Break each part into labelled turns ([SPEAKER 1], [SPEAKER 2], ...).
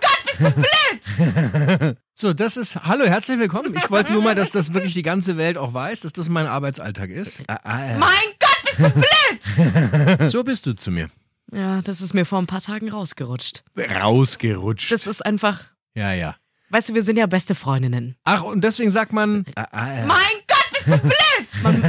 [SPEAKER 1] Gott, bist du blöd!
[SPEAKER 2] So, das ist. Hallo, herzlich willkommen. Ich wollte nur mal, dass das wirklich die ganze Welt auch weiß, dass das mein Arbeitsalltag ist.
[SPEAKER 1] Mein Gott, bist du blöd!
[SPEAKER 2] So bist du zu mir.
[SPEAKER 1] Ja, das ist mir vor ein paar Tagen rausgerutscht.
[SPEAKER 2] Rausgerutscht.
[SPEAKER 1] Das ist einfach,
[SPEAKER 2] ja, ja.
[SPEAKER 1] weißt du, wir sind ja beste Freundinnen.
[SPEAKER 2] Ach, und deswegen sagt man.
[SPEAKER 1] Mein Gott, bist du blöd! Man,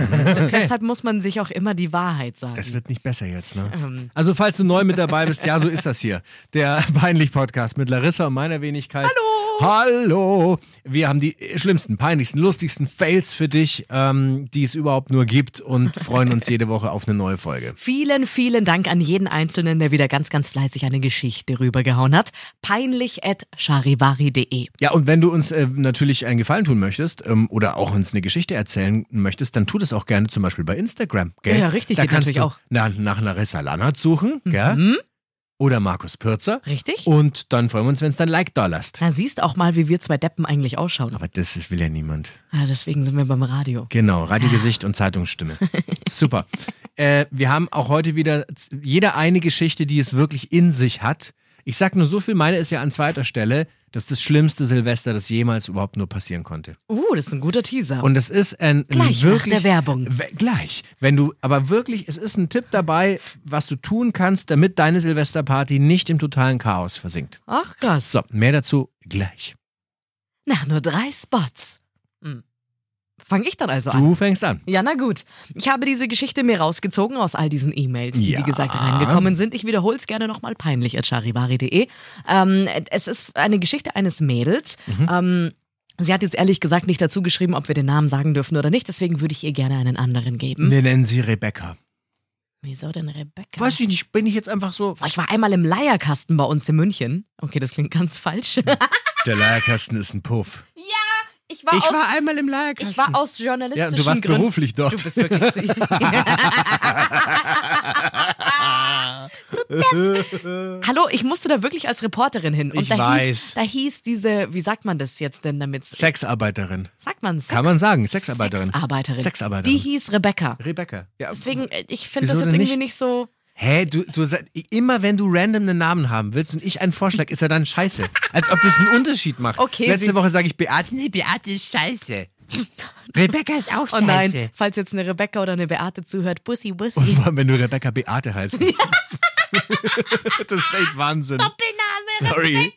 [SPEAKER 1] Deshalb muss man sich auch immer die Wahrheit sagen.
[SPEAKER 2] Es wird nicht besser jetzt, ne?
[SPEAKER 1] Ähm.
[SPEAKER 2] Also, falls du neu mit dabei bist, ja, so ist das hier. Der Peinlich-Podcast mit Larissa und meiner Wenigkeit. Hallo! Hallo! Wir haben die schlimmsten, peinlichsten, lustigsten Fails für dich, ähm, die es überhaupt nur gibt und freuen uns jede Woche auf eine neue Folge.
[SPEAKER 1] Vielen, vielen Dank an jeden Einzelnen, der wieder ganz, ganz fleißig eine Geschichte rübergehauen hat. Peinlich at charivari.de.
[SPEAKER 2] Ja, und wenn du uns äh, natürlich einen Gefallen tun möchtest ähm, oder auch uns eine Geschichte erzählen möchtest, dann tu das auch gerne zum Beispiel bei Instagram. Gell?
[SPEAKER 1] Ja, richtig,
[SPEAKER 2] da
[SPEAKER 1] geht
[SPEAKER 2] kannst
[SPEAKER 1] natürlich
[SPEAKER 2] du
[SPEAKER 1] auch. Mhm.
[SPEAKER 2] Na, nach Larissa Lannert suchen gell? oder Markus Pürzer.
[SPEAKER 1] Richtig?
[SPEAKER 2] Und dann freuen wir uns, wenn es dann Like da lasst.
[SPEAKER 1] Da siehst auch mal, wie wir zwei Deppen eigentlich ausschauen.
[SPEAKER 2] Aber das ist- will ja niemand.
[SPEAKER 1] Ah, deswegen sind wir beim Radio.
[SPEAKER 2] Genau, Radiogesicht und Zeitungsstimme. Super. Äh, wir haben auch heute wieder z- jeder eine Geschichte, die es wirklich in sich hat. Ich sag nur so viel, meine ist ja an zweiter Stelle, dass das schlimmste Silvester, das jemals überhaupt nur passieren konnte.
[SPEAKER 1] Uh, das ist ein guter Teaser.
[SPEAKER 2] Und es ist ein,
[SPEAKER 1] Gleich
[SPEAKER 2] ein wirklich,
[SPEAKER 1] nach der Werbung.
[SPEAKER 2] We- Gleich. Wenn du, aber wirklich, es ist ein Tipp dabei, was du tun kannst, damit deine Silvesterparty nicht im totalen Chaos versinkt.
[SPEAKER 1] Ach, krass.
[SPEAKER 2] So, mehr dazu gleich.
[SPEAKER 1] Na, nur drei Spots. Hm. Fang ich dann also an?
[SPEAKER 2] Du fängst an.
[SPEAKER 1] Ja, na gut. Ich habe diese Geschichte mir rausgezogen aus all diesen E-Mails, die
[SPEAKER 2] Ja.
[SPEAKER 1] wie gesagt reingekommen sind. Ich wiederhole es gerne nochmal peinlich at charivari.de. Ähm, es ist eine Geschichte eines Mädels.
[SPEAKER 2] Mhm.
[SPEAKER 1] Ähm, sie hat jetzt ehrlich gesagt nicht dazu geschrieben, ob wir den Namen sagen dürfen oder nicht. Deswegen würde ich ihr gerne einen anderen geben.
[SPEAKER 2] Wir nennen sie Rebecca.
[SPEAKER 1] Wieso denn Rebecca? Oh,
[SPEAKER 2] Weiß ich nicht, bin ich jetzt einfach so.
[SPEAKER 1] ich war einmal im Leierkasten bei uns in München. Okay, das klingt ganz falsch.
[SPEAKER 2] Der Leierkasten ist ein Puff.
[SPEAKER 1] Ich war,
[SPEAKER 2] ich
[SPEAKER 1] aus,
[SPEAKER 2] war einmal im Leierkasten.
[SPEAKER 1] ich war aus journalistischen
[SPEAKER 2] ja, du warst
[SPEAKER 1] Gründen.
[SPEAKER 2] beruflich dort.
[SPEAKER 1] Du bist wirklich sie. Hallo, ich musste da wirklich als Reporterin hin. Und
[SPEAKER 2] Ich
[SPEAKER 1] da, Hieß,
[SPEAKER 2] weiß.
[SPEAKER 1] da hieß diese, wie sagt man das jetzt denn damit?
[SPEAKER 2] Sexarbeiterin.
[SPEAKER 1] Sagt man Sex?
[SPEAKER 2] Kann man sagen, Sexarbeiterin.
[SPEAKER 1] Sexarbeiterin.
[SPEAKER 2] Sexarbeiterin.
[SPEAKER 1] Die hieß Rebecca.
[SPEAKER 2] Rebecca. Ja.
[SPEAKER 1] Deswegen, äh, ich finde das
[SPEAKER 2] Wieso
[SPEAKER 1] jetzt
[SPEAKER 2] denn
[SPEAKER 1] irgendwie
[SPEAKER 2] nicht?
[SPEAKER 1] nicht so.
[SPEAKER 2] Hä, du, du, sa- immer wenn du random einen Namen haben willst und ich einen Vorschlag, ist er dann scheiße. Als ob das einen Unterschied macht.
[SPEAKER 1] Okay, sie-
[SPEAKER 2] Letzte Woche sage ich Beate, nee, Beate ist scheiße. Rebecca ist auch
[SPEAKER 1] Oh
[SPEAKER 2] scheiße. Oh,
[SPEAKER 1] nein, falls jetzt eine Rebecca oder eine Beate zuhört, Bussi, Bussi.
[SPEAKER 2] Vor allem, wenn du Rebecca Beate heißt. das ist echt Wahnsinn.
[SPEAKER 1] Doppelname
[SPEAKER 2] Sorry.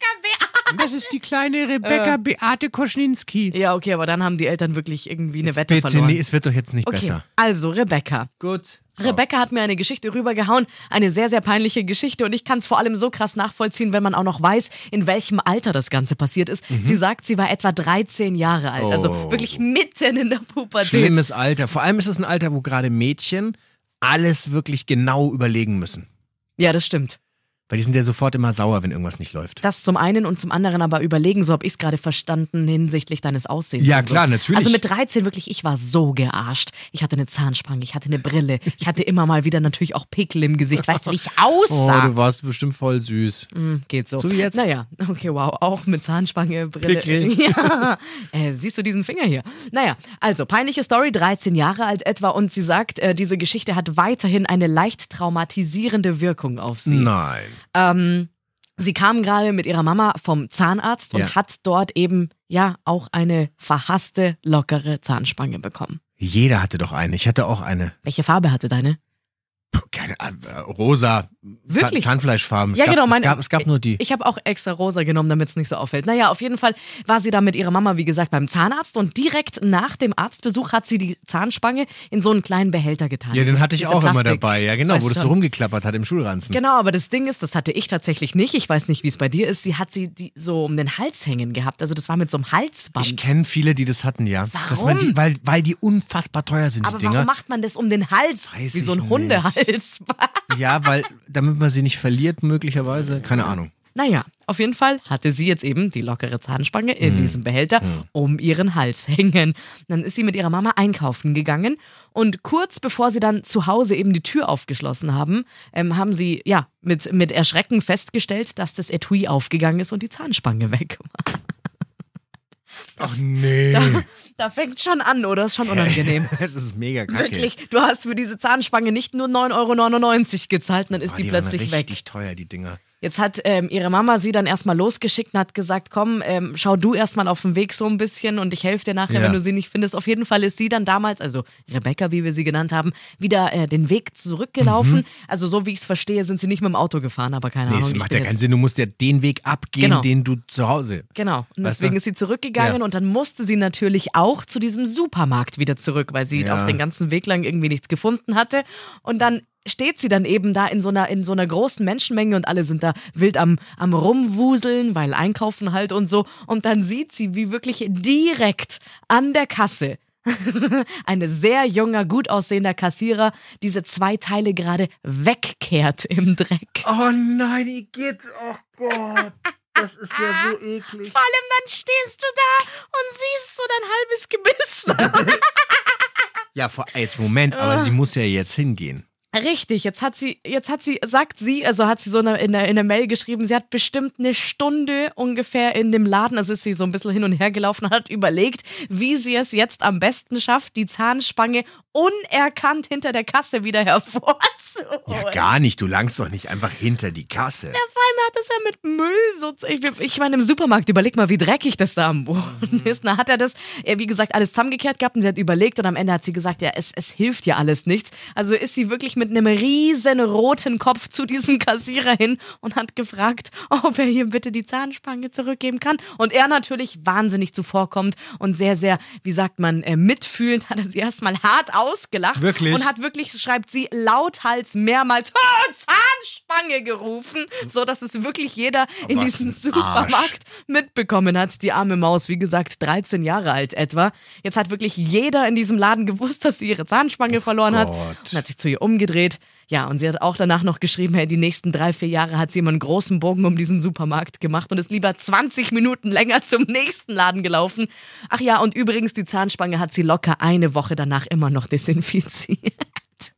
[SPEAKER 2] Das ist die kleine
[SPEAKER 1] Äh.
[SPEAKER 2] Rebecca Beate Koschninski.
[SPEAKER 1] Ja, okay, aber dann haben die Eltern wirklich irgendwie eine Wette
[SPEAKER 2] Bitte,
[SPEAKER 1] verloren.
[SPEAKER 2] nee, es wird doch jetzt nicht
[SPEAKER 1] okay,
[SPEAKER 2] besser.
[SPEAKER 1] also Rebecca.
[SPEAKER 2] Gut.
[SPEAKER 1] Rebecca hat mir eine Geschichte rübergehauen, eine sehr, sehr peinliche Geschichte und ich kann es vor allem so krass nachvollziehen, wenn man auch noch weiß, in welchem Alter das Ganze passiert ist. Sie sagt, sie war etwa 13 Jahre alt, also
[SPEAKER 2] Mhm. Oh.
[SPEAKER 1] wirklich mitten in der Pubertät.
[SPEAKER 2] Schlimmes Alter. Vor allem ist es ein Alter, wo gerade Mädchen alles wirklich genau überlegen müssen.
[SPEAKER 1] Ja, das stimmt.
[SPEAKER 2] Weil die sind ja sofort immer sauer, wenn irgendwas nicht läuft.
[SPEAKER 1] Das zum einen und zum anderen aber überlegen, so habe ich es gerade verstanden hinsichtlich deines Aussehens.
[SPEAKER 2] Ja,
[SPEAKER 1] und so.
[SPEAKER 2] klar, natürlich.
[SPEAKER 1] Also mit 13 wirklich, ich war so gearscht. Ich hatte eine Zahnspange, ich hatte eine Brille, ich hatte immer mal wieder natürlich auch Pickel im Gesicht. Weißt du, wie ich
[SPEAKER 2] Oh,
[SPEAKER 1] aussah?
[SPEAKER 2] warst bestimmt voll süß.
[SPEAKER 1] Mm, Geht so.
[SPEAKER 2] So wie jetzt?
[SPEAKER 1] Naja, okay, wow. Auch mit Zahnspange, Brille.
[SPEAKER 2] Pickel.
[SPEAKER 1] Ja. Äh, siehst du diesen Finger hier? Naja, also peinliche Story, 13 Jahre alt etwa und sie sagt, äh, diese Geschichte hat weiterhin eine leicht traumatisierende Wirkung auf sie.
[SPEAKER 2] Nein.
[SPEAKER 1] Ähm, sie kam gerade mit ihrer Mama vom Zahnarzt und
[SPEAKER 2] Ja.
[SPEAKER 1] hat dort eben ja auch eine verhasste, lockere Zahnspange bekommen.
[SPEAKER 2] Jeder hatte doch eine. Ich hatte auch eine.
[SPEAKER 1] Welche Farbe hatte deine?
[SPEAKER 2] Puh, Keine Ahnung. äh, Rosa.
[SPEAKER 1] Wirklich?
[SPEAKER 2] Zahn- Zahnfleischfarben. Es
[SPEAKER 1] Ja,
[SPEAKER 2] gab,
[SPEAKER 1] genau,
[SPEAKER 2] Es
[SPEAKER 1] meine-
[SPEAKER 2] gab, es gab nur die.
[SPEAKER 1] Ich habe auch extra rosa genommen, damit es nicht so auffällt. Naja, auf jeden Fall war sie da mit ihrer Mama, wie gesagt, beim Zahnarzt und direkt nach dem Arztbesuch hat sie die Zahnspange in so einen kleinen Behälter getan.
[SPEAKER 2] ja, den
[SPEAKER 1] Diese-
[SPEAKER 2] hatte ich
[SPEAKER 1] diese
[SPEAKER 2] auch immer
[SPEAKER 1] Plastik-
[SPEAKER 2] dabei. Ja, genau,
[SPEAKER 1] Weißt
[SPEAKER 2] wo das so
[SPEAKER 1] schon.
[SPEAKER 2] rumgeklappert hat im Schulranzen.
[SPEAKER 1] Genau, aber das Ding ist, das hatte ich tatsächlich nicht. Ich weiß nicht, wie es bei dir ist. Sie hat sie die so um den Hals hängen gehabt. Also das war mit so einem Halsband.
[SPEAKER 2] Ich kenne viele, die das hatten, ja. Dass man
[SPEAKER 1] Warum?
[SPEAKER 2] die, weil, weil die unfassbar teuer sind,
[SPEAKER 1] aber
[SPEAKER 2] die Dinger.
[SPEAKER 1] warum macht man das um den Hals?
[SPEAKER 2] Weiß
[SPEAKER 1] wie so
[SPEAKER 2] ich
[SPEAKER 1] ein Hundehals.
[SPEAKER 2] Ja, weil damit man sie nicht verliert, möglicherweise. Keine Ahnung.
[SPEAKER 1] Naja, auf jeden Fall hatte sie jetzt eben die lockere Zahnspange
[SPEAKER 2] Hm.
[SPEAKER 1] in diesem Behälter um ihren Hals hängen. Dann ist sie mit ihrer Mama einkaufen gegangen und kurz bevor sie dann zu Hause eben die Tür aufgeschlossen haben, ähm, haben sie ja mit, mit Erschrecken festgestellt, dass das Etui aufgegangen ist und die Zahnspange weg war.
[SPEAKER 2] Ach nee.
[SPEAKER 1] Da fängt schon an, oder? Ist schon unangenehm.
[SPEAKER 2] Es ist mega kacke.
[SPEAKER 1] Wirklich, du hast für diese Zahnspange nicht nur 9,99 Euro gezahlt, dann ist
[SPEAKER 2] Ah,
[SPEAKER 1] die,
[SPEAKER 2] waren
[SPEAKER 1] plötzlich weg.
[SPEAKER 2] richtig teuer, die Dinger.
[SPEAKER 1] Jetzt hat ähm, ihre Mama sie dann erstmal losgeschickt und hat gesagt, komm, ähm, schau du erstmal auf den Weg so ein bisschen und ich helfe dir nachher,
[SPEAKER 2] Ja.
[SPEAKER 1] wenn du sie nicht findest. Auf jeden Fall ist sie dann damals, also Rebecca, wie wir sie genannt haben, wieder äh, den Weg zurückgelaufen. Also so wie ich es verstehe, sind sie nicht mit dem Auto gefahren, aber keine
[SPEAKER 2] Mhm. Nee,
[SPEAKER 1] Ahnung.
[SPEAKER 2] es
[SPEAKER 1] ich
[SPEAKER 2] macht
[SPEAKER 1] bin
[SPEAKER 2] ja keinen
[SPEAKER 1] jetzt-
[SPEAKER 2] Sinn. Du musst ja den Weg abgehen,
[SPEAKER 1] Genau.
[SPEAKER 2] den du zu Hause.
[SPEAKER 1] Genau. Und
[SPEAKER 2] Weißt
[SPEAKER 1] deswegen
[SPEAKER 2] du?
[SPEAKER 1] ist sie zurückgegangen
[SPEAKER 2] Ja.
[SPEAKER 1] und dann musste sie natürlich auch zu diesem Supermarkt wieder zurück, weil sie
[SPEAKER 2] Ja.
[SPEAKER 1] auf den ganzen Weg lang irgendwie nichts gefunden hatte. Und dann steht sie dann eben da in so einer, in so einer großen Menschenmenge und alle sind da wild am, am rumwuseln, weil einkaufen halt und so. Und dann sieht sie, wie wirklich direkt an der Kasse eine sehr junger, gut aussehender Kassierer diese zwei Teile gerade wegkehrt im Dreck.
[SPEAKER 2] Oh nein, die geht. Oh Gott. Das ist ja so eklig.
[SPEAKER 1] Vor allem dann stehst du da und siehst so dein halbes Gebiss.
[SPEAKER 2] Ja, vor, äh, jetzt Moment,
[SPEAKER 1] Ah.
[SPEAKER 2] aber sie muss ja jetzt hingehen.
[SPEAKER 1] Richtig, jetzt hat sie, jetzt hat sie, sagt sie, also hat sie so in der, in der- in der Mail geschrieben, sie hat bestimmt eine Stunde ungefähr in dem Laden, also ist sie so ein bisschen hin und her gelaufen und hat überlegt, wie sie es jetzt am besten schafft, die Zahnspange unerkannt hinter der Kasse wieder hervorzuholen.
[SPEAKER 2] Ja, gar nicht. Du langst doch nicht einfach hinter die Kasse.
[SPEAKER 1] Vor allem hat das ja mit Müll so. Ich, ich meine, im Supermarkt, überleg mal, wie dreckig das da am Boden ist. Na, hat er das, ja, wie gesagt, alles zusammengekehrt gehabt und sie hat überlegt und am Ende hat sie gesagt, ja, es, es hilft ja alles nichts. Also ist sie wirklich mit einem riesen roten Kopf zu diesem Kassierer hin und hat gefragt, ob er hier bitte die Zahnspange zurückgeben kann. Und er natürlich wahnsinnig zuvorkommt und sehr, sehr, wie sagt man, äh, mitfühlend hat er sie erstmal hart ausgelacht.
[SPEAKER 2] Wirklich?
[SPEAKER 1] Und hat wirklich, schreibt sie, lauthals mehrmals "Ah, Zahnspange gerufen, so dass es wirklich jeder in
[SPEAKER 2] was
[SPEAKER 1] diesem
[SPEAKER 2] Oh ein
[SPEAKER 1] Supermarkt
[SPEAKER 2] Arsch.
[SPEAKER 1] mitbekommen hat. Die arme Maus, wie gesagt, 13 Jahre alt etwa. Jetzt hat wirklich jeder in diesem Laden gewusst, dass sie ihre Zahnspange verloren hat
[SPEAKER 2] Oh Gott.
[SPEAKER 1] und hat sich zu ihr umgedreht. Ja, und sie hat auch danach noch geschrieben, hey, die nächsten drei, vier Jahre hat sie immer einen großen Bogen um diesen Supermarkt gemacht und ist lieber 20 Minuten länger zum nächsten Laden gelaufen. Ach ja, und übrigens, die Zahnspange hat sie locker eine Woche danach immer noch desinfiziert.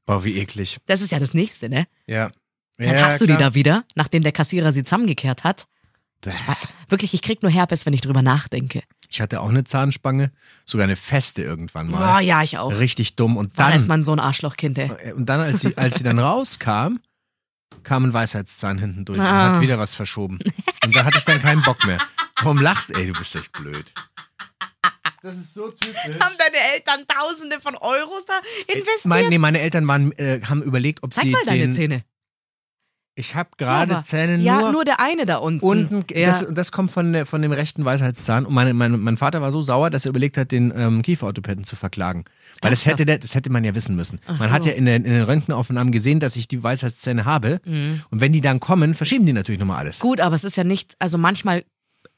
[SPEAKER 2] Boah, wie eklig.
[SPEAKER 1] Das ist ja das Nächste, ne?
[SPEAKER 2] Ja.
[SPEAKER 1] Dann
[SPEAKER 2] ja,
[SPEAKER 1] hast du
[SPEAKER 2] klar.
[SPEAKER 1] die da wieder, nachdem der Kassierer sie zusammengekehrt hat. Ich war, wirklich, ich krieg nur Herpes, wenn ich drüber nachdenke.
[SPEAKER 2] Ich hatte auch eine Zahnspange, sogar eine feste irgendwann
[SPEAKER 1] Oh
[SPEAKER 2] mal.
[SPEAKER 1] ja, ich auch.
[SPEAKER 2] Richtig dumm. Und
[SPEAKER 1] Da
[SPEAKER 2] dann,
[SPEAKER 1] ist man so ein Arschlochkind, ey.
[SPEAKER 2] äh, und dann als, sie, als sie dann rauskam, kam ein Weisheitszahn hinten durch
[SPEAKER 1] Ah.
[SPEAKER 2] und hat wieder was verschoben. Und da hatte ich dann keinen Bock mehr. Warum lachst Ey, du bist echt blöd. Das ist so typisch.
[SPEAKER 1] Haben deine Eltern Tausende von Euros da investiert?
[SPEAKER 2] Äh, Mein, nee, meine Eltern waren, äh, haben überlegt, ob
[SPEAKER 1] Zeig
[SPEAKER 2] sie
[SPEAKER 1] mal deine
[SPEAKER 2] den,
[SPEAKER 1] Zähne.
[SPEAKER 2] Ich habe
[SPEAKER 1] Ja,
[SPEAKER 2] gerade
[SPEAKER 1] aber-
[SPEAKER 2] Zähne
[SPEAKER 1] ja,
[SPEAKER 2] nur,
[SPEAKER 1] nur der eine da unten.
[SPEAKER 2] unten.
[SPEAKER 1] Hm. ja.
[SPEAKER 2] Das, das kommt von, der, von dem rechten Weisheitszahn. Und meine, mein, mein Vater war so sauer, dass er überlegt hat, den ähm, Kieferorthopäden zu verklagen. Weil das hätte, der, das hätte man ja wissen müssen. man
[SPEAKER 1] so.
[SPEAKER 2] hat ja in, den- in den Röntgenaufnahmen gesehen, dass ich die Weisheitszähne habe. Und wenn die dann kommen, verschieben die natürlich nochmal alles.
[SPEAKER 1] Mhm. Gut, aber es ist ja nicht, also manchmal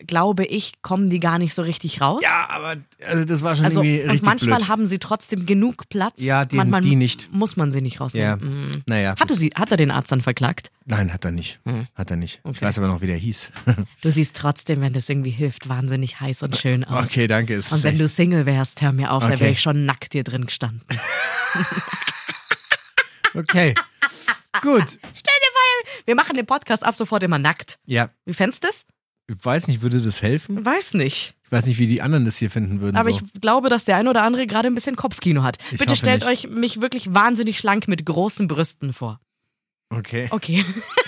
[SPEAKER 1] glaube ich, kommen die gar nicht so richtig raus.
[SPEAKER 2] Ja, aber also das war schon
[SPEAKER 1] also,
[SPEAKER 2] irgendwie
[SPEAKER 1] und
[SPEAKER 2] richtig
[SPEAKER 1] manchmal
[SPEAKER 2] blöd.
[SPEAKER 1] haben sie trotzdem genug Platz.
[SPEAKER 2] Ja, die-
[SPEAKER 1] manchmal
[SPEAKER 2] die nicht.
[SPEAKER 1] Muss man sie nicht
[SPEAKER 2] ja.
[SPEAKER 1] rausnehmen. Mhm.
[SPEAKER 2] Naja.
[SPEAKER 1] Hatte sie, hat er den Arzt dann verklagt?
[SPEAKER 2] Nein, hat er nicht. Hat er nicht. Ich
[SPEAKER 1] Okay.
[SPEAKER 2] weiß aber noch, wie der hieß.
[SPEAKER 1] Du siehst trotzdem, wenn das irgendwie hilft, wahnsinnig heiß und schön aus.
[SPEAKER 2] Okay, danke, es ist
[SPEAKER 1] Und wenn
[SPEAKER 2] echt-
[SPEAKER 1] du Single wärst, hör mir auf, da
[SPEAKER 2] Okay.
[SPEAKER 1] wäre ich schon nackt hier drin gestanden.
[SPEAKER 2] Okay. Gut.
[SPEAKER 1] Wir machen den Podcast ab sofort immer nackt.
[SPEAKER 2] Ja.
[SPEAKER 1] Wie fändest das?
[SPEAKER 2] Ich weiß nicht, würde das helfen?
[SPEAKER 1] Weiß nicht.
[SPEAKER 2] Ich weiß nicht, wie die anderen das hier finden würden.
[SPEAKER 1] Aber
[SPEAKER 2] so.
[SPEAKER 1] ich glaube, dass der ein oder andere gerade ein bisschen Kopfkino hat.
[SPEAKER 2] Ich
[SPEAKER 1] Bitte
[SPEAKER 2] hoffe
[SPEAKER 1] stellt
[SPEAKER 2] nicht.
[SPEAKER 1] euch mich wirklich wahnsinnig schlank mit großen Brüsten vor.
[SPEAKER 2] Okay.
[SPEAKER 1] Okay.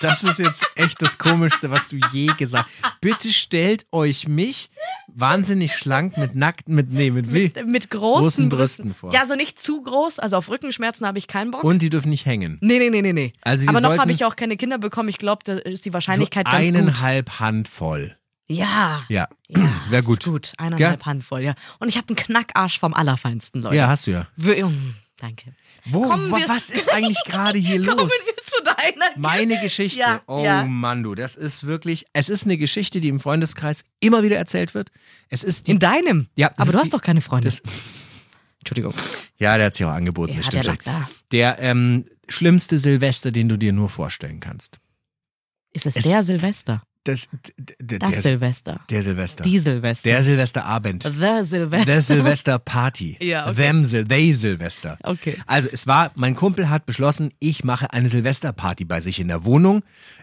[SPEAKER 2] Das ist jetzt echt das Komischste, was du je gesagt hast. Bitte stellt euch mich wahnsinnig schlank mit nackten, mit, nee, mit, Will.
[SPEAKER 1] Mit großen,
[SPEAKER 2] Großen Brüsten vor.
[SPEAKER 1] Ja, so nicht zu groß. Also auf Rückenschmerzen habe ich keinen Bock.
[SPEAKER 2] Und die dürfen nicht hängen.
[SPEAKER 1] Nee, nee, nee, nee, nee.
[SPEAKER 2] Also die
[SPEAKER 1] Aber noch
[SPEAKER 2] sollten-
[SPEAKER 1] habe ich auch keine Kinder bekommen. Ich glaube, da ist die Wahrscheinlichkeit
[SPEAKER 2] so
[SPEAKER 1] ganz gut.
[SPEAKER 2] eineinhalb Handvoll.
[SPEAKER 1] Ja.
[SPEAKER 2] Ja.
[SPEAKER 1] Ja,
[SPEAKER 2] Wäre gut.
[SPEAKER 1] Ist gut. Eineinhalb Handvoll, ja. Und ich habe einen Knackarsch vom Allerfeinsten, Leute.
[SPEAKER 2] Ja, hast du ja.
[SPEAKER 1] Wir, Mm, danke.
[SPEAKER 2] Wo,
[SPEAKER 1] Kommen
[SPEAKER 2] wa-
[SPEAKER 1] wir-
[SPEAKER 2] was ist eigentlich gerade hier
[SPEAKER 1] Kommen
[SPEAKER 2] los?
[SPEAKER 1] wir zu deiner.
[SPEAKER 2] Meine Geschichte.
[SPEAKER 1] Ja,
[SPEAKER 2] oh
[SPEAKER 1] ja.
[SPEAKER 2] Mann, du, das ist wirklich. Es ist eine Geschichte, die im Freundeskreis immer wieder erzählt wird. Es ist die.
[SPEAKER 1] In deinem?
[SPEAKER 2] Ja, das
[SPEAKER 1] Aber
[SPEAKER 2] ist
[SPEAKER 1] du hast
[SPEAKER 2] die-
[SPEAKER 1] doch keine Freunde.
[SPEAKER 2] das-
[SPEAKER 1] Entschuldigung.
[SPEAKER 2] ja, der hat sich auch angeboten,
[SPEAKER 1] Ja,
[SPEAKER 2] das
[SPEAKER 1] der
[SPEAKER 2] stimmt
[SPEAKER 1] lag
[SPEAKER 2] schon.
[SPEAKER 1] da.
[SPEAKER 2] Der ähm, schlimmste Silvester, den du dir nur vorstellen kannst.
[SPEAKER 1] Ist es,
[SPEAKER 2] Es-
[SPEAKER 1] der Silvester?
[SPEAKER 2] Das, d- d-
[SPEAKER 1] Das
[SPEAKER 2] der,
[SPEAKER 1] Silvester.
[SPEAKER 2] der Silvester.
[SPEAKER 1] Die Silvester.
[SPEAKER 2] Der Silvesterabend.
[SPEAKER 1] The Silvester.
[SPEAKER 2] Der Silvesterparty.
[SPEAKER 1] Ja, okay.
[SPEAKER 2] Them Sil they Silvester.
[SPEAKER 1] Okay.
[SPEAKER 2] Also es war, mein Kumpel hat beschlossen, ich mache eine Silvesterparty bei sich in der Wohnung.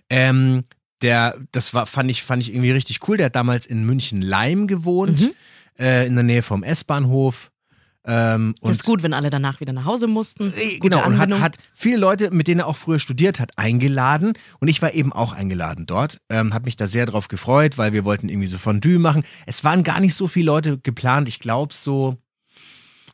[SPEAKER 2] Ähm, der, das war, fand ich, fand ich irgendwie richtig cool. Der hat damals in München Leim gewohnt,
[SPEAKER 1] Mhm.
[SPEAKER 2] äh, in der Nähe vom S-Bahnhof. Ähm, und
[SPEAKER 1] ist gut, wenn alle danach wieder nach Hause mussten.
[SPEAKER 2] Äh,
[SPEAKER 1] Gute
[SPEAKER 2] Genau, und hat,
[SPEAKER 1] Anbindung.
[SPEAKER 2] hat viele Leute, mit denen er auch früher studiert hat, eingeladen. Und ich war eben auch eingeladen dort. Ähm, hab mich da sehr drauf gefreut, weil wir wollten irgendwie so Fondue machen. Es waren gar nicht so viele Leute geplant. Ich glaube so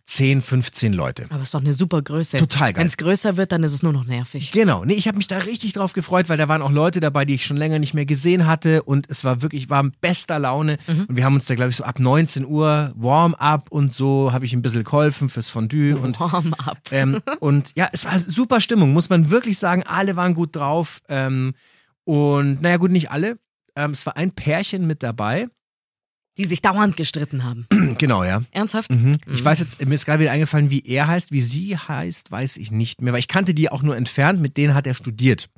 [SPEAKER 2] 10, 15 Leute.
[SPEAKER 1] Aber ist doch eine super Größe.
[SPEAKER 2] Total geil.
[SPEAKER 1] Wenn es größer wird, dann ist es nur noch nervig.
[SPEAKER 2] Genau, nee, ich habe mich da richtig drauf gefreut, weil da waren auch Leute dabei, die ich schon länger nicht mehr gesehen hatte und es war wirklich, war in bester Laune und wir haben uns da, glaube ich, so ab 19 Uhr Warm-up und so, habe ich ein bisschen geholfen fürs Fondue und
[SPEAKER 1] Warm-up.
[SPEAKER 2] ähm, und ja, es war super Stimmung, muss man wirklich sagen. Alle waren gut drauf. Ähm, und naja, gut, nicht alle. Ähm, es war ein Pärchen mit dabei.
[SPEAKER 1] Die sich dauernd gestritten haben.
[SPEAKER 2] genau, ja.
[SPEAKER 1] Ernsthaft?
[SPEAKER 2] Mhm. Ich weiß jetzt, mir ist gerade wieder eingefallen, wie er heißt, wie sie heißt, weiß ich nicht mehr, weil ich kannte die auch nur entfernt, mit denen hat er studiert.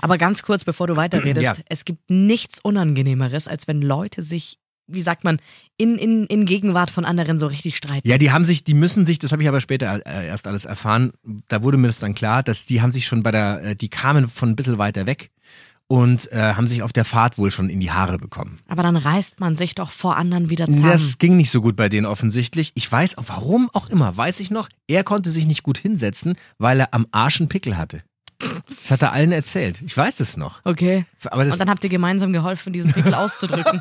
[SPEAKER 1] Aber ganz kurz, bevor du weiterredest,
[SPEAKER 2] Ja.
[SPEAKER 1] es gibt nichts Unangenehmeres, als wenn Leute sich, wie sagt man, in, in, in Gegenwart von anderen so richtig streiten.
[SPEAKER 2] Ja, die haben sich, die müssen sich, das habe ich aber später äh, erst alles erfahren, da wurde mir das dann klar, dass die haben sich schon bei der, äh, die kamen von ein bisschen weiter weg und äh, haben sich auf der Fahrt wohl schon in die Haare bekommen.
[SPEAKER 1] Aber dann reißt man sich doch vor anderen wieder zusammen.
[SPEAKER 2] Das ging nicht so gut bei denen offensichtlich. Ich weiß, auch, warum auch immer, weiß ich noch. Er konnte sich nicht gut hinsetzen, weil er am Arsch einen Pickel hatte. Das hat er allen erzählt. Ich weiß es noch.
[SPEAKER 1] okay.
[SPEAKER 2] Aber das Ah,
[SPEAKER 1] Und dann habt ihr gemeinsam geholfen, diesen Pickel auszudrücken.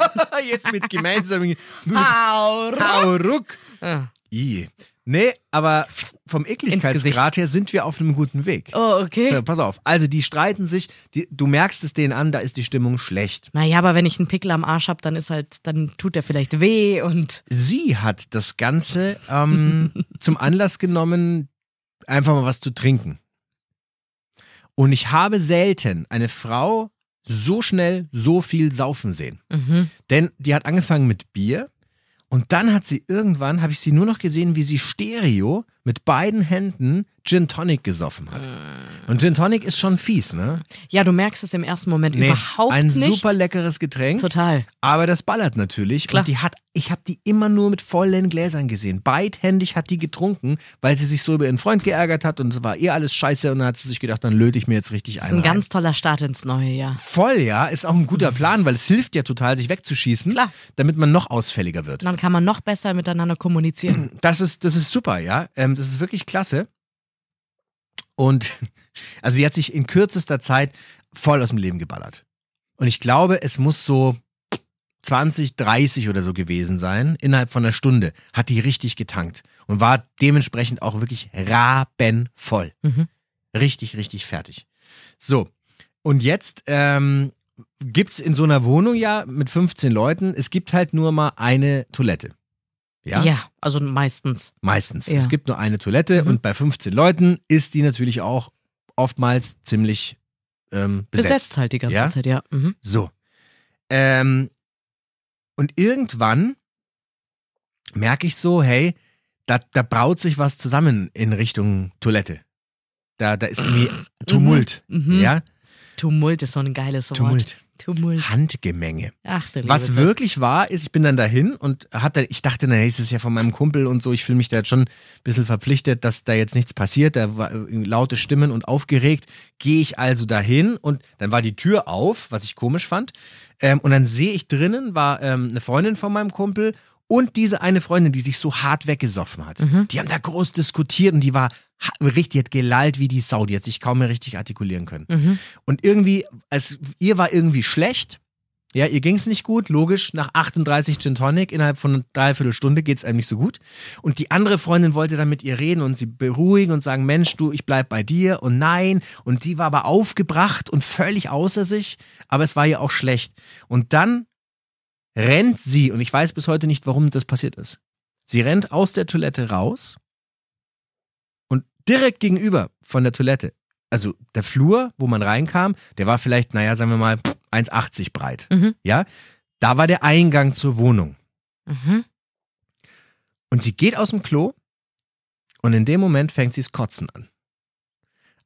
[SPEAKER 2] jetzt mit gemeinsamen
[SPEAKER 1] Ah. Au,
[SPEAKER 2] Hauruck.
[SPEAKER 1] Ah.
[SPEAKER 2] I. Nee, aber vom
[SPEAKER 1] Ins
[SPEAKER 2] Ekligkeitsgrad her sind wir auf einem guten Weg.
[SPEAKER 1] Oh, okay.
[SPEAKER 2] So, pass auf. Also die streiten sich, die, du merkst es denen an, da ist die Stimmung schlecht.
[SPEAKER 1] Naja, aber wenn ich einen Pickel am Arsch hab, dann ist halt, dann tut der vielleicht weh und
[SPEAKER 2] sie hat das Ganze ähm, zum Anlass genommen, einfach mal was zu trinken. Und ich habe selten eine Frau so schnell so viel saufen sehen.
[SPEAKER 1] Mhm.
[SPEAKER 2] Denn die hat angefangen mit Bier und dann hat sie irgendwann, habe ich sie nur noch gesehen, wie sie Stereo mit beiden Händen Gin Tonic gesoffen hat.
[SPEAKER 1] Äh.
[SPEAKER 2] Und Gin Tonic ist schon fies, ne?
[SPEAKER 1] ja, du merkst es im ersten Moment überhaupt
[SPEAKER 2] ein
[SPEAKER 1] nicht.
[SPEAKER 2] super leckeres Getränk.
[SPEAKER 1] Total.
[SPEAKER 2] Aber das ballert natürlich.
[SPEAKER 1] Klar.
[SPEAKER 2] Und die hat, ich habe die immer nur mit vollen Gläsern gesehen. Beidhändig hat die getrunken, weil sie sich so über ihren Freund geärgert hat und es war ihr alles scheiße und dann hat sie sich gedacht, dann löte ich mir jetzt richtig
[SPEAKER 1] Das
[SPEAKER 2] ein.
[SPEAKER 1] ist ein ganz toller Start ins neue Jahr.
[SPEAKER 2] Voll, ja, ist auch ein guter Plan, weil es hilft ja total, sich wegzuschießen,
[SPEAKER 1] Klar.
[SPEAKER 2] damit man noch ausfälliger wird.
[SPEAKER 1] Und dann kann man noch besser miteinander kommunizieren.
[SPEAKER 2] Das ist, das ist super, ja. Ähm, das ist wirklich klasse. Und also die hat sich in kürzester Zeit voll aus dem Leben geballert. Und ich glaube, es muss so 20, 30 oder so gewesen sein. Innerhalb von einer Stunde hat die richtig getankt und war dementsprechend auch wirklich rabenvoll.
[SPEAKER 1] Mhm.
[SPEAKER 2] Richtig, richtig fertig. So, und jetzt ähm, gibt es in so einer Wohnung ja mit 15 Leuten, es gibt halt nur mal eine Toilette. Ja?
[SPEAKER 1] also meistens.
[SPEAKER 2] Meistens.
[SPEAKER 1] Ja.
[SPEAKER 2] Es gibt nur eine Toilette
[SPEAKER 1] Mhm.
[SPEAKER 2] und bei 15 Leuten ist die natürlich auch oftmals ziemlich ähm,
[SPEAKER 1] Besetzt,
[SPEAKER 2] besetzt.
[SPEAKER 1] halt die ganze
[SPEAKER 2] Ja?
[SPEAKER 1] Zeit, ja. Mhm.
[SPEAKER 2] So. Ähm, und irgendwann merke ich so, hey, da, da braut sich was zusammen in Richtung Toilette. Da, da ist irgendwie Tumult.
[SPEAKER 1] Mhm.
[SPEAKER 2] Ja?
[SPEAKER 1] Tumult ist so ein geiles
[SPEAKER 2] Tumult.
[SPEAKER 1] Wort. Tumult.
[SPEAKER 2] Handgemenge.
[SPEAKER 1] Ach, du liebe
[SPEAKER 2] Was
[SPEAKER 1] Zeit.
[SPEAKER 2] wirklich war, ist, ich bin dann dahin und hatte, ich dachte, na, ist es ja von meinem Kumpel und so, ich fühle mich da jetzt schon ein bisschen verpflichtet, dass da jetzt nichts passiert, da war äh, laute Stimmen und aufgeregt, gehe ich also dahin und dann war die Tür auf, was ich komisch fand ähm, und dann sehe ich drinnen, war ähm, eine Freundin von meinem Kumpel und diese eine Freundin, die sich so hart weggesoffen hat. Die haben da groß diskutiert und die war ha- richtig, die hat gelallt wie die Sau, die hat sich kaum mehr richtig artikulieren können.
[SPEAKER 1] Mhm.
[SPEAKER 2] Und irgendwie, es, ihr war irgendwie schlecht, ja, ihr ging's nicht gut, logisch, nach 38 Gin Tonic innerhalb von einer Dreiviertelstunde geht's einem nicht so gut. Und die andere Freundin wollte dann mit ihr reden und sie beruhigen und sagen, Mensch, du, ich bleib bei dir und nein. Und die war aber aufgebracht und völlig außer sich, aber es war ihr auch schlecht. Und dann rennt sie, und ich weiß bis heute nicht, warum das passiert ist. Sie rennt aus der Toilette raus und direkt gegenüber von der Toilette, also der Flur, wo man reinkam, der war vielleicht, naja, sagen wir mal, 1,80 breit.
[SPEAKER 1] Mhm.
[SPEAKER 2] Ja, da war der Eingang zur Wohnung.
[SPEAKER 1] Mhm.
[SPEAKER 2] Und sie geht aus dem Klo und in dem Moment fängt sie das Kotzen an.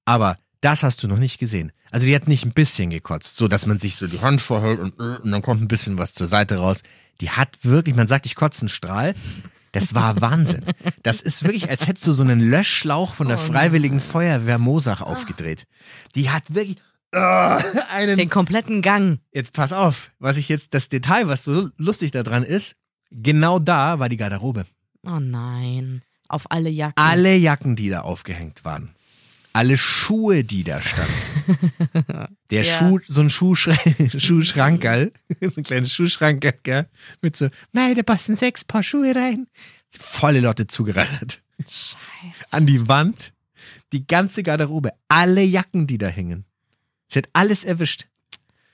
[SPEAKER 2] Aber das hast du noch nicht gesehen. Also die hat nicht ein bisschen gekotzt, so dass man sich so die Hand vorhält und, äh, und dann kommt ein bisschen was zur Seite raus. Die hat wirklich, man sagt, ich kotze einen Strahl. Das war Wahnsinn. Das ist wirklich, als hättest du so einen Löschschlauch von der Freiwilligen Feuerwehr Mosach aufgedreht. Die hat wirklich äh, einen
[SPEAKER 1] Den kompletten Gang.
[SPEAKER 2] Jetzt pass auf, was ich jetzt, das Detail, was so lustig daran ist, genau da war die Garderobe.
[SPEAKER 1] Oh nein. Auf alle Jacken.
[SPEAKER 2] Alle Jacken, die da aufgehängt waren. Alle Schuhe, die da standen. Der
[SPEAKER 1] Ja.
[SPEAKER 2] Schuh, so ein Schuhschra Schuhschrank, gell? so ein kleines Schuhschrank, gell? Mit so, mei, da passen sechs Paar Schuhe rein. Volle Lotte zugerannt.
[SPEAKER 1] Scheiße.
[SPEAKER 2] An die Wand, die ganze Garderobe, alle Jacken, die da hingen. Sie hat alles erwischt.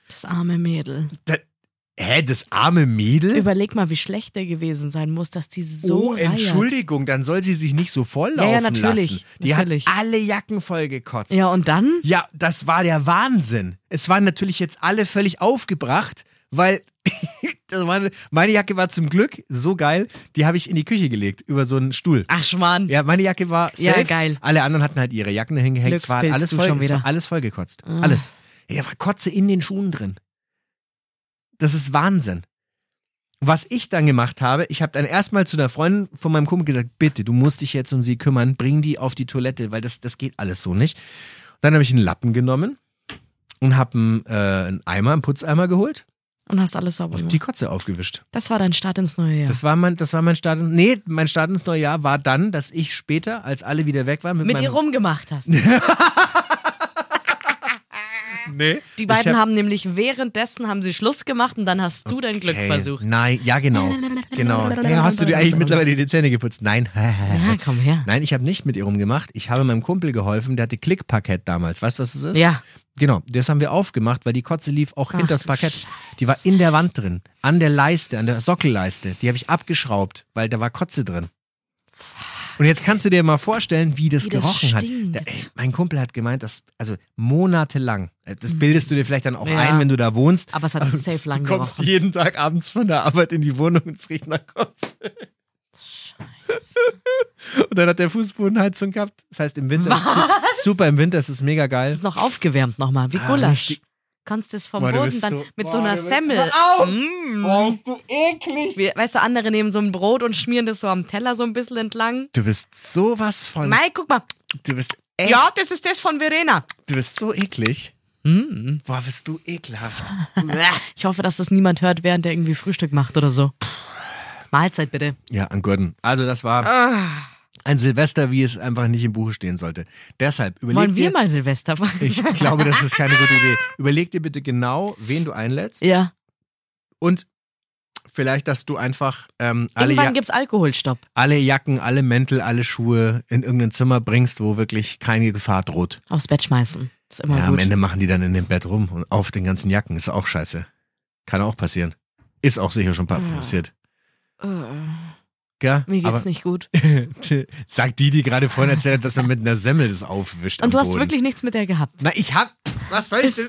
[SPEAKER 1] Das arme Mädel.
[SPEAKER 2] Da, hä, das arme Mädel?
[SPEAKER 1] Überleg mal, wie schlecht der gewesen sein muss, dass die so
[SPEAKER 2] oh,
[SPEAKER 1] reiert.
[SPEAKER 2] Entschuldigung, dann soll sie sich nicht so volllaufen
[SPEAKER 1] Ja, ja, natürlich,
[SPEAKER 2] lassen. Die
[SPEAKER 1] natürlich.
[SPEAKER 2] hat alle Jacken vollgekotzt.
[SPEAKER 1] Ja, und dann?
[SPEAKER 2] Ja, das war der Wahnsinn. Es waren natürlich jetzt alle völlig aufgebracht, weil das war, meine Jacke war zum Glück so geil, die habe ich in die Küche gelegt, über so einen Stuhl.
[SPEAKER 1] Ach, Schmarrn.
[SPEAKER 2] Ja, meine Jacke war safe.
[SPEAKER 1] Ja, geil.
[SPEAKER 2] Alle anderen hatten halt ihre Jacken hingehängt. Es war
[SPEAKER 1] Glückspilz,
[SPEAKER 2] alles
[SPEAKER 1] du
[SPEAKER 2] voll,
[SPEAKER 1] schon
[SPEAKER 2] Es war
[SPEAKER 1] wieder. Ah.
[SPEAKER 2] alles vollgekotzt. Alles. Ja, war Kotze in den Schuhen drin. Das ist Wahnsinn. Was ich dann gemacht habe, ich habe dann erstmal zu einer Freundin von meinem Kumpel gesagt, bitte, du musst dich jetzt um sie kümmern, bring die auf die Toilette, weil das, das geht alles so nicht. Dann habe ich einen Lappen genommen und habe einen, äh, einen Eimer, einen Putzeimer geholt,
[SPEAKER 1] Und hast alles sauber
[SPEAKER 2] die
[SPEAKER 1] gemacht.
[SPEAKER 2] Kotze aufgewischt.
[SPEAKER 1] Das war dein Start ins neue Jahr.
[SPEAKER 2] Das war mein, das war mein Start. ins- Nee, mein Start ins neue Jahr war dann, dass ich später, als alle wieder weg waren, mit,
[SPEAKER 1] Mit
[SPEAKER 2] meinem,
[SPEAKER 1] ihr rumgemacht hast.
[SPEAKER 2] Nee.
[SPEAKER 1] Die beiden
[SPEAKER 2] Ich hab-
[SPEAKER 1] haben nämlich währenddessen haben sie Schluss gemacht und dann hast du dein Glück
[SPEAKER 2] Hey,
[SPEAKER 1] versucht.
[SPEAKER 2] Nein, ja genau, genau. Hey, hast du dir eigentlich mittlerweile die Zähne geputzt? Nein.
[SPEAKER 1] Ja, komm her.
[SPEAKER 2] Nein, ich habe nicht mit ihr rumgemacht. Ich habe meinem Kumpel geholfen. Der hatte Klickparkett damals. Weißt du, was es ist?
[SPEAKER 1] Ja,
[SPEAKER 2] Genau, das haben wir aufgemacht, weil die Kotze lief auch
[SPEAKER 1] Ach,
[SPEAKER 2] hinters
[SPEAKER 1] du
[SPEAKER 2] Parkett. Die war in der Wand drin, an der Leiste, an der Sockelleiste. Die habe ich abgeschraubt, weil da war Kotze drin. Und jetzt kannst du dir mal vorstellen, wie das
[SPEAKER 1] Wie das
[SPEAKER 2] gerochen hat.
[SPEAKER 1] stinkt.
[SPEAKER 2] Da, ey, mein Kumpel hat gemeint, dass, also monatelang, äh, das bildest du dir vielleicht dann auch
[SPEAKER 1] Ja.
[SPEAKER 2] ein, wenn du da wohnst.
[SPEAKER 1] aber es hat safe lang
[SPEAKER 2] Du kommst
[SPEAKER 1] gerochen.
[SPEAKER 2] jeden Tag abends von der Arbeit in die Wohnung und es riecht nach Kotze. Und dann hat der Fußbodenheizung gehabt. Das heißt, im Winter ist es su- super, im Winter ist es mega
[SPEAKER 1] Es
[SPEAKER 2] geil.
[SPEAKER 1] ist noch aufgewärmt nochmal, wie
[SPEAKER 2] Ah,
[SPEAKER 1] Gulasch.
[SPEAKER 2] richtig.
[SPEAKER 1] Kannst es vom
[SPEAKER 2] Boah, du
[SPEAKER 1] Boden
[SPEAKER 2] bist
[SPEAKER 1] dann
[SPEAKER 2] so-
[SPEAKER 1] mit
[SPEAKER 2] Boah,
[SPEAKER 1] so einer
[SPEAKER 2] du bist-
[SPEAKER 1] Semmel.
[SPEAKER 2] Hör auf!
[SPEAKER 1] Mm.
[SPEAKER 2] du eklig?
[SPEAKER 1] Wir, weißt du, andere nehmen so ein Brot und schmieren das so am Teller so ein bisschen entlang.
[SPEAKER 2] Du bist sowas von.
[SPEAKER 1] Mai, guck mal.
[SPEAKER 2] Du bist Hm. echt.
[SPEAKER 1] Ja, das ist das von Verena.
[SPEAKER 2] Du bist so eklig.
[SPEAKER 1] Mm.
[SPEAKER 2] Boah, bist du ekelhaft.
[SPEAKER 1] Ah. Ich hoffe, dass das niemand hört, während der irgendwie Frühstück macht oder so. Mahlzeit bitte.
[SPEAKER 2] ja, an Gordon. Also, das war
[SPEAKER 1] Ah.
[SPEAKER 2] ein Silvester, wie es einfach nicht im Buche stehen sollte. Deshalb überleg
[SPEAKER 1] Wollen wir
[SPEAKER 2] dir.
[SPEAKER 1] mal Silvester feiern?
[SPEAKER 2] Ich glaube, das ist keine gute Idee. Überleg dir bitte genau, wen du einlädst.
[SPEAKER 1] Ja.
[SPEAKER 2] Und vielleicht, dass du einfach ähm, alle,
[SPEAKER 1] Irgendwann
[SPEAKER 2] ja
[SPEAKER 1] gibt's Alkoholstopp.
[SPEAKER 2] alle Jacken, alle Mäntel, alle Schuhe in irgendein Zimmer bringst, wo wirklich keine Gefahr droht.
[SPEAKER 1] Aufs Bett schmeißen. Ist immer
[SPEAKER 2] ja,
[SPEAKER 1] gut.
[SPEAKER 2] am Ende machen die dann in dem Bett rum und auf den ganzen Jacken. Ist auch scheiße. Kann auch passieren. Ist auch sicher schon pa-
[SPEAKER 1] Ja.
[SPEAKER 2] passiert.
[SPEAKER 1] Äh,
[SPEAKER 2] Gell?
[SPEAKER 1] mir geht's
[SPEAKER 2] Aber-
[SPEAKER 1] nicht gut.
[SPEAKER 2] Sagt die, die gerade vorhin erzählt hat, dass man mit einer Semmel das aufwischt. am
[SPEAKER 1] Und du hast
[SPEAKER 2] Boden.
[SPEAKER 1] wirklich nichts mit der gehabt.
[SPEAKER 2] Na, ich hab. Was soll ich denn?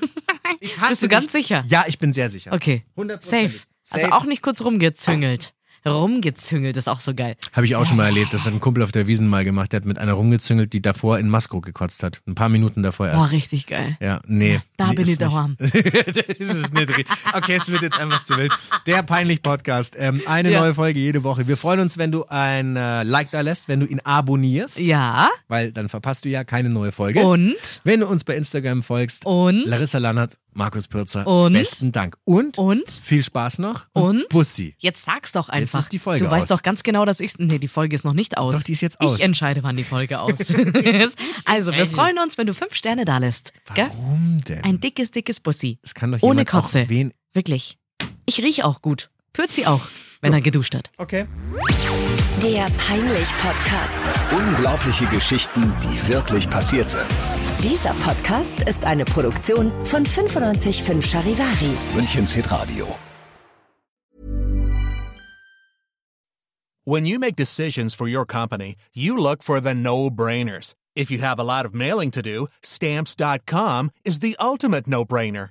[SPEAKER 2] Ich hasse
[SPEAKER 1] Bist du
[SPEAKER 2] dich.
[SPEAKER 1] ganz sicher?
[SPEAKER 2] Ja, ich bin sehr sicher.
[SPEAKER 1] Okay.
[SPEAKER 2] 100%.
[SPEAKER 1] Safe. Also
[SPEAKER 2] Safe.
[SPEAKER 1] auch nicht kurz rumgezüngelt. Rumgezüngelt ist auch so geil.
[SPEAKER 2] Habe ich auch
[SPEAKER 1] Oh.
[SPEAKER 2] schon mal erlebt. Das hat ein Kumpel auf der Wiesen mal gemacht. Der hat mit einer rumgezüngelt, die davor in Masko gekotzt hat. Ein paar Minuten davor erst.
[SPEAKER 1] Boah, Oh, richtig geil.
[SPEAKER 2] Ja, nee.
[SPEAKER 1] Da
[SPEAKER 2] nee,
[SPEAKER 1] bin
[SPEAKER 2] ist
[SPEAKER 1] ich daheim.
[SPEAKER 2] nicht. das ist nicht richtig. Okay, es wird jetzt einfach zu wild. Der Peinlich-Podcast. Ähm, eine
[SPEAKER 1] Ja.
[SPEAKER 2] neue Folge jede Woche. Wir freuen uns, wenn du ein äh, Like da lässt, wenn du ihn abonnierst,
[SPEAKER 1] Ja.
[SPEAKER 2] weil dann verpasst du ja keine neue Folge.
[SPEAKER 1] Und?
[SPEAKER 2] wenn du uns bei Instagram folgst,
[SPEAKER 1] Und?
[SPEAKER 2] Larissa Lannert, Markus Pürzer,
[SPEAKER 1] Und?
[SPEAKER 2] besten Dank. Und,
[SPEAKER 1] Und?
[SPEAKER 2] viel Spaß noch.
[SPEAKER 1] Und?
[SPEAKER 2] Pussy.
[SPEAKER 1] Jetzt sag's doch einfach.
[SPEAKER 2] ist die Folge
[SPEAKER 1] du weißt
[SPEAKER 2] aus.
[SPEAKER 1] doch ganz genau, dass ich. Nee, die Folge ist noch nicht aus.
[SPEAKER 2] Doch, die ist jetzt aus.
[SPEAKER 1] Ich entscheide, wann die Folge aus ist. Also, wir freuen uns, wenn du fünf Sterne da lässt. Gell?
[SPEAKER 2] Warum denn?
[SPEAKER 1] Ein dickes, dickes Bussi.
[SPEAKER 2] es kann doch
[SPEAKER 1] ohne
[SPEAKER 2] jemand auch
[SPEAKER 1] Kotze.
[SPEAKER 2] Wen?
[SPEAKER 1] Wirklich. Ich riech auch gut. Pürzi auch, wenn er geduscht hat.
[SPEAKER 2] Okay.
[SPEAKER 3] Der Peinlich-Podcast.
[SPEAKER 4] Unglaubliche Geschichten, die wirklich passiert sind.
[SPEAKER 3] Dieser Podcast ist eine Produktion von 955 Charivari.
[SPEAKER 4] Münchens Hitradio.
[SPEAKER 5] When you make decisions for your company, you look for the no brainers. If you have a lot of mailing to do, stamps.com is the ultimate no brainer.